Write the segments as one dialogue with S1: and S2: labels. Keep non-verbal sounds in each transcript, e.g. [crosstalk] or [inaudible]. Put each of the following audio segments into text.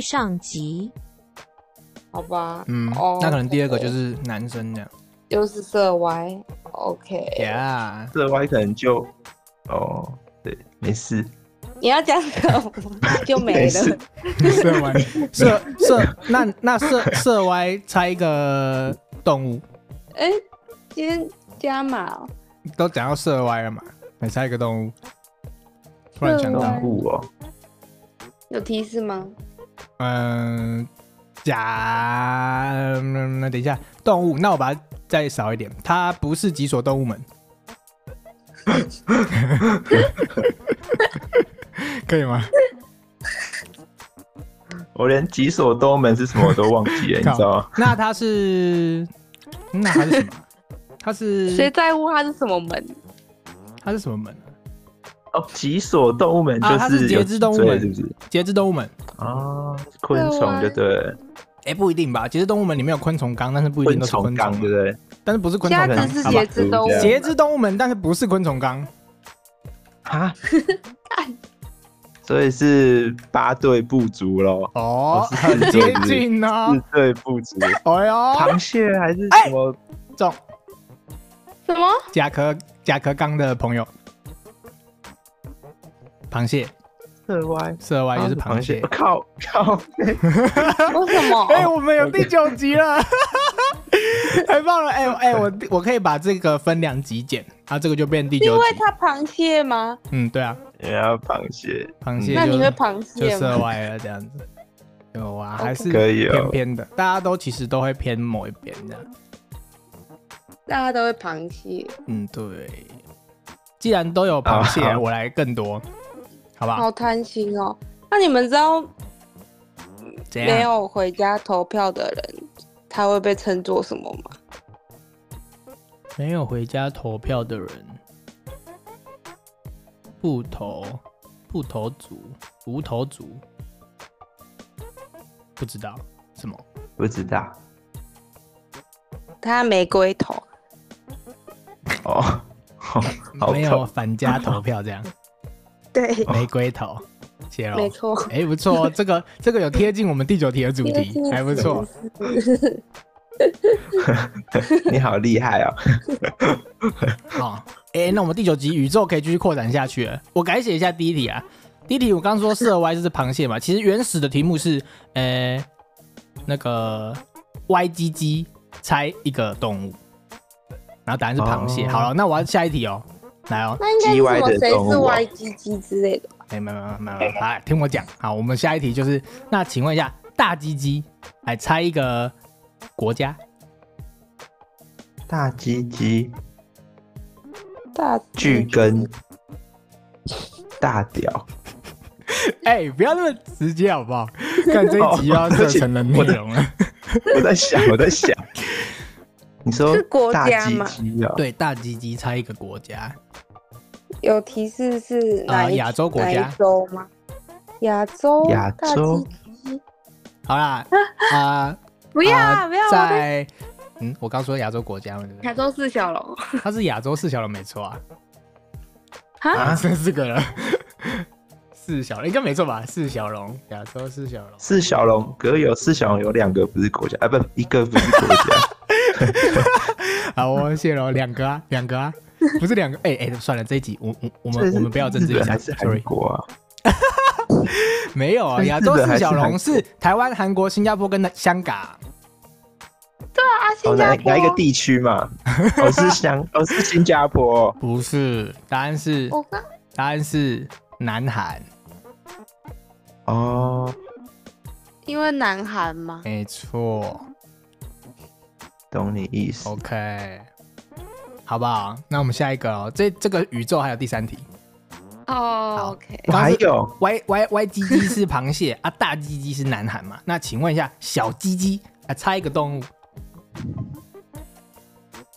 S1: 上集。
S2: 好吧，
S3: 嗯
S2: 哦，
S3: 那可能第二个就是男生这样
S2: 就是色歪，OK，
S3: ，Yeah，
S4: 这歪可能就哦，对，没事，
S2: 你要讲什么就
S3: [laughs]
S2: 没
S4: 没
S2: 了
S4: 事。
S3: 射 [laughs] 歪射射，那那射射歪猜一个动物，
S2: 哎、今天加码、哦，
S3: 都讲到射歪了嘛，你猜一个动物，突然想
S2: 对
S3: 到
S4: 动，物哦，
S2: 有提示吗？
S3: 嗯，甲，嗯那等一下，动物，那我把它再少一点，它不是几所动
S2: [laughs]
S3: 物门，可以吗？
S4: 我连几所东门是什么我都忘记了，你
S3: 靠
S4: 知道吗？
S3: 那它是，那它是什么啊？它
S2: 谁
S4: [laughs]
S3: 是
S2: 在乎它是什么门？
S3: 它是什么门啊？
S4: 哦，几所动物门
S3: 啊它
S4: 就是是
S3: 节
S4: 有
S3: 肢动物
S4: 脊椎
S3: 门
S4: 是不是？
S3: 节肢动物门？
S4: 哦，昆
S2: 啊
S4: 虫就对了，
S3: 哎、不一定吧？节肢动物门里面有昆虫纲，但是不一定
S4: 昆
S3: 都是
S4: 虫
S3: 昆
S4: 纲
S3: 虫
S4: 对不对？
S3: 但是不是昆
S2: 虾
S3: 虫
S2: 子是
S3: 纲？
S2: 节肢动物，
S4: 对
S3: 节肢动物门，但是不是昆虫纲？
S2: [laughs]
S4: 啊，所以是八对不足喽，
S3: 哦，
S4: 不是
S3: 很接近哦
S4: 四。对不足，
S2: 哦
S3: 哎呦，
S4: 螃蟹还是
S2: 哎
S4: 什么？
S3: 中
S2: 什么？
S3: 甲壳甲壳纲的朋友，螃蟹，
S4: 色歪，
S3: 色歪啊就是螃蟹
S4: 我。啊哦靠靠，
S2: 为什么？
S3: 哎、我们有第九集了， [laughs] 太棒了！哎、哎、我我可以把这个分两集剪，啊，这个就变第
S2: 因
S3: 九集
S2: 为。它螃蟹吗？
S3: 嗯，对啊，
S4: 然后螃蟹，
S3: 螃蟹
S2: 那
S3: 就
S2: 你会螃
S3: 就啊
S2: 蟹
S3: 色
S2: 吗？
S3: 歪了这样子。有啊，还是
S4: 可以哦
S3: 偏偏的，大家都其实都会偏某一边的。
S2: 大家都会螃蟹，
S3: 嗯，对。既然都有螃蟹，
S4: 啊好
S3: 我来更多，好不好？
S2: 好贪心哦。那你们知道
S3: 怎
S2: 没
S3: 样？
S2: 有回家投票的人，他会被称作什么吗？
S3: 没有回家投票的人，不投，不投族，无投族，不知道什么
S4: 不知道
S2: 他玫瑰头，
S4: 哦，好好
S3: 没有
S4: 痛，
S3: 返家投票这样，
S2: 对，
S3: [laughs] 玫瑰头，谢喽
S2: 没。错。
S3: 哎、不错哦，这个这个有贴近我 [laughs] 们第九题的主
S2: 贴
S3: 题
S2: 近，
S3: 还不错。
S4: 你好厉害哦，
S3: 好，哎、那我们第九集宇宙可以继续扩展下去了。我改写一下第一题啊，第一题我刚说色歪就是螃蟹嘛，其实原始的题目是，呃、那个歪唧唧猜一个动物，然后答案是螃蟹。
S4: 哦
S3: 好了，那我要下一题哦，来哦，
S2: 那应该是什么？谁是
S4: 啊
S2: Y 唧唧之类的？
S3: 哎、没没没没，来听我讲。好，我们下一题就是，那请问一下，大鸡鸡来猜一个国家，
S4: 大鸡鸡，
S2: 大
S4: 巨根，大屌，
S3: 哎、不要那么直接好不 [laughs] 好？看这一集要
S4: 哦
S3: 设成人内容了。
S4: 我在想，我在想，你说
S2: 是国
S4: 大
S2: 家
S4: 鸡
S2: 吗
S4: 鸡哦，
S3: 对，大鸡鸡猜一个国家，
S2: 有提示是哪
S3: 呃
S2: 一
S3: 亚洲国家
S2: 哪一洲吗？亚洲，
S4: 亚
S2: 大
S4: 洲
S3: 啊
S2: 鸡鸡
S3: 好啦，啊、
S2: 不要啊
S3: 啊
S2: 不要啊，我在
S3: 在嗯，我刚说亚洲国家嘛，对不
S2: 亚
S3: 对？
S2: 洲四小龙
S3: 它是亚洲四小龙，没错啊，
S2: 哈，
S4: 啊
S3: 剩四个了， [laughs] 四小龙应该没错吧？四小龙，亚洲四小龙，
S4: 四小龙，可有四小龙有两个不是国家，啊，不，一个不是国家，
S3: 好哦，谢喽，两个啊，两个啊，不是两个，哎、哎、算了，这一集我我 [laughs] 我
S4: 这
S3: 们
S4: 是
S3: 我们不要政治一
S4: 日本
S3: 下
S4: 还是韩
S3: [laughs] ，sorry，
S4: 国啊？
S3: 没有啊，
S4: 这是
S3: 亚洲
S4: 日本还
S3: 四
S4: 是
S3: 小
S4: 韩
S3: 龙
S4: 国
S3: 是台湾、韩国、新加坡跟香港，
S2: 啊，
S4: 哦，
S2: 新
S4: 哪
S2: 加
S4: 哪一个
S2: 坡，
S4: 地区嘛？哦，是香，哦是新加坡哦，
S3: 不是，答案是
S2: 我刚
S3: 答案是南韩，
S4: 哦，
S2: 因为南韩嘛，
S3: 没错。
S4: 懂你意
S3: 哦
S4: 思。
S3: OK，好不好？那我们下一个哦，这这个宇宙还有第三题。好
S2: 哦，OK，
S4: 我哎还有
S3: Y Y Y 鸡鸡是螃蟹 [laughs] 啊，大鸡鸡是南韩嘛？那请问一下，小鸡鸡啊，猜一个动物。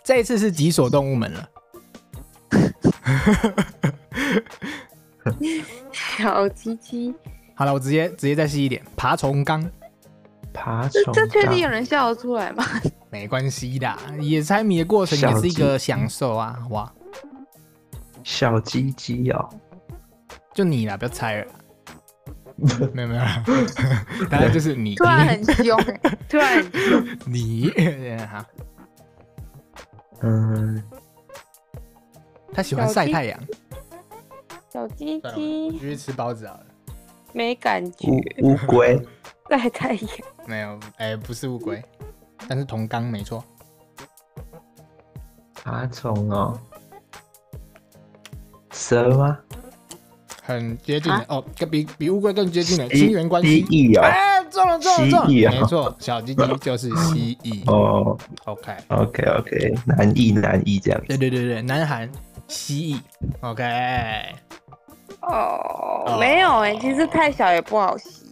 S3: 这一次是几所动物门了？
S2: 小鸡鸡，
S3: 好了，我直接直接再细一点，爬虫纲
S4: 爬
S2: 这
S4: 虫，
S2: 这确定有人笑得出来 [laughs] 吗？
S3: 没关系的，野猜谜的过程也是一个享受啊，好不好？
S4: 小鸡鸡哦，
S3: 就你啦，不要猜了。 [laughs] 没有没有， [laughs] 答案就是
S1: [laughs]
S3: 你
S1: 突然很凶欸，
S2: [laughs]
S1: 突然很凶
S3: 你 [laughs] 好
S4: 嗯，
S3: 他喜欢晒太阳。
S2: 小鸡
S3: 算了我继
S2: 鸡
S3: 续吃包子好了。
S2: 没感觉，
S4: 乌乌龟，
S2: 晒太阳。
S3: 没有，哎、不是乌龟，但是铜缸没错。
S4: 爬虫哦，蛇吗？
S3: 很接近的、哦，跟比比乌龟更接近的
S4: 蜥
S3: 亲缘关系
S4: 蜥。蜴哦
S3: 哎，中了中了
S4: 蜥
S3: 中了，
S4: 蜴啊
S3: 没错，小鸡鸡就是蜥蜴。
S4: 哦
S3: OK，
S4: ，OK OK，难易难易这样子
S3: 对对对对，南韩蜥蜴。OK，
S2: 哦
S3: 哦，
S2: 欸没有哎、其实太小也不好洗。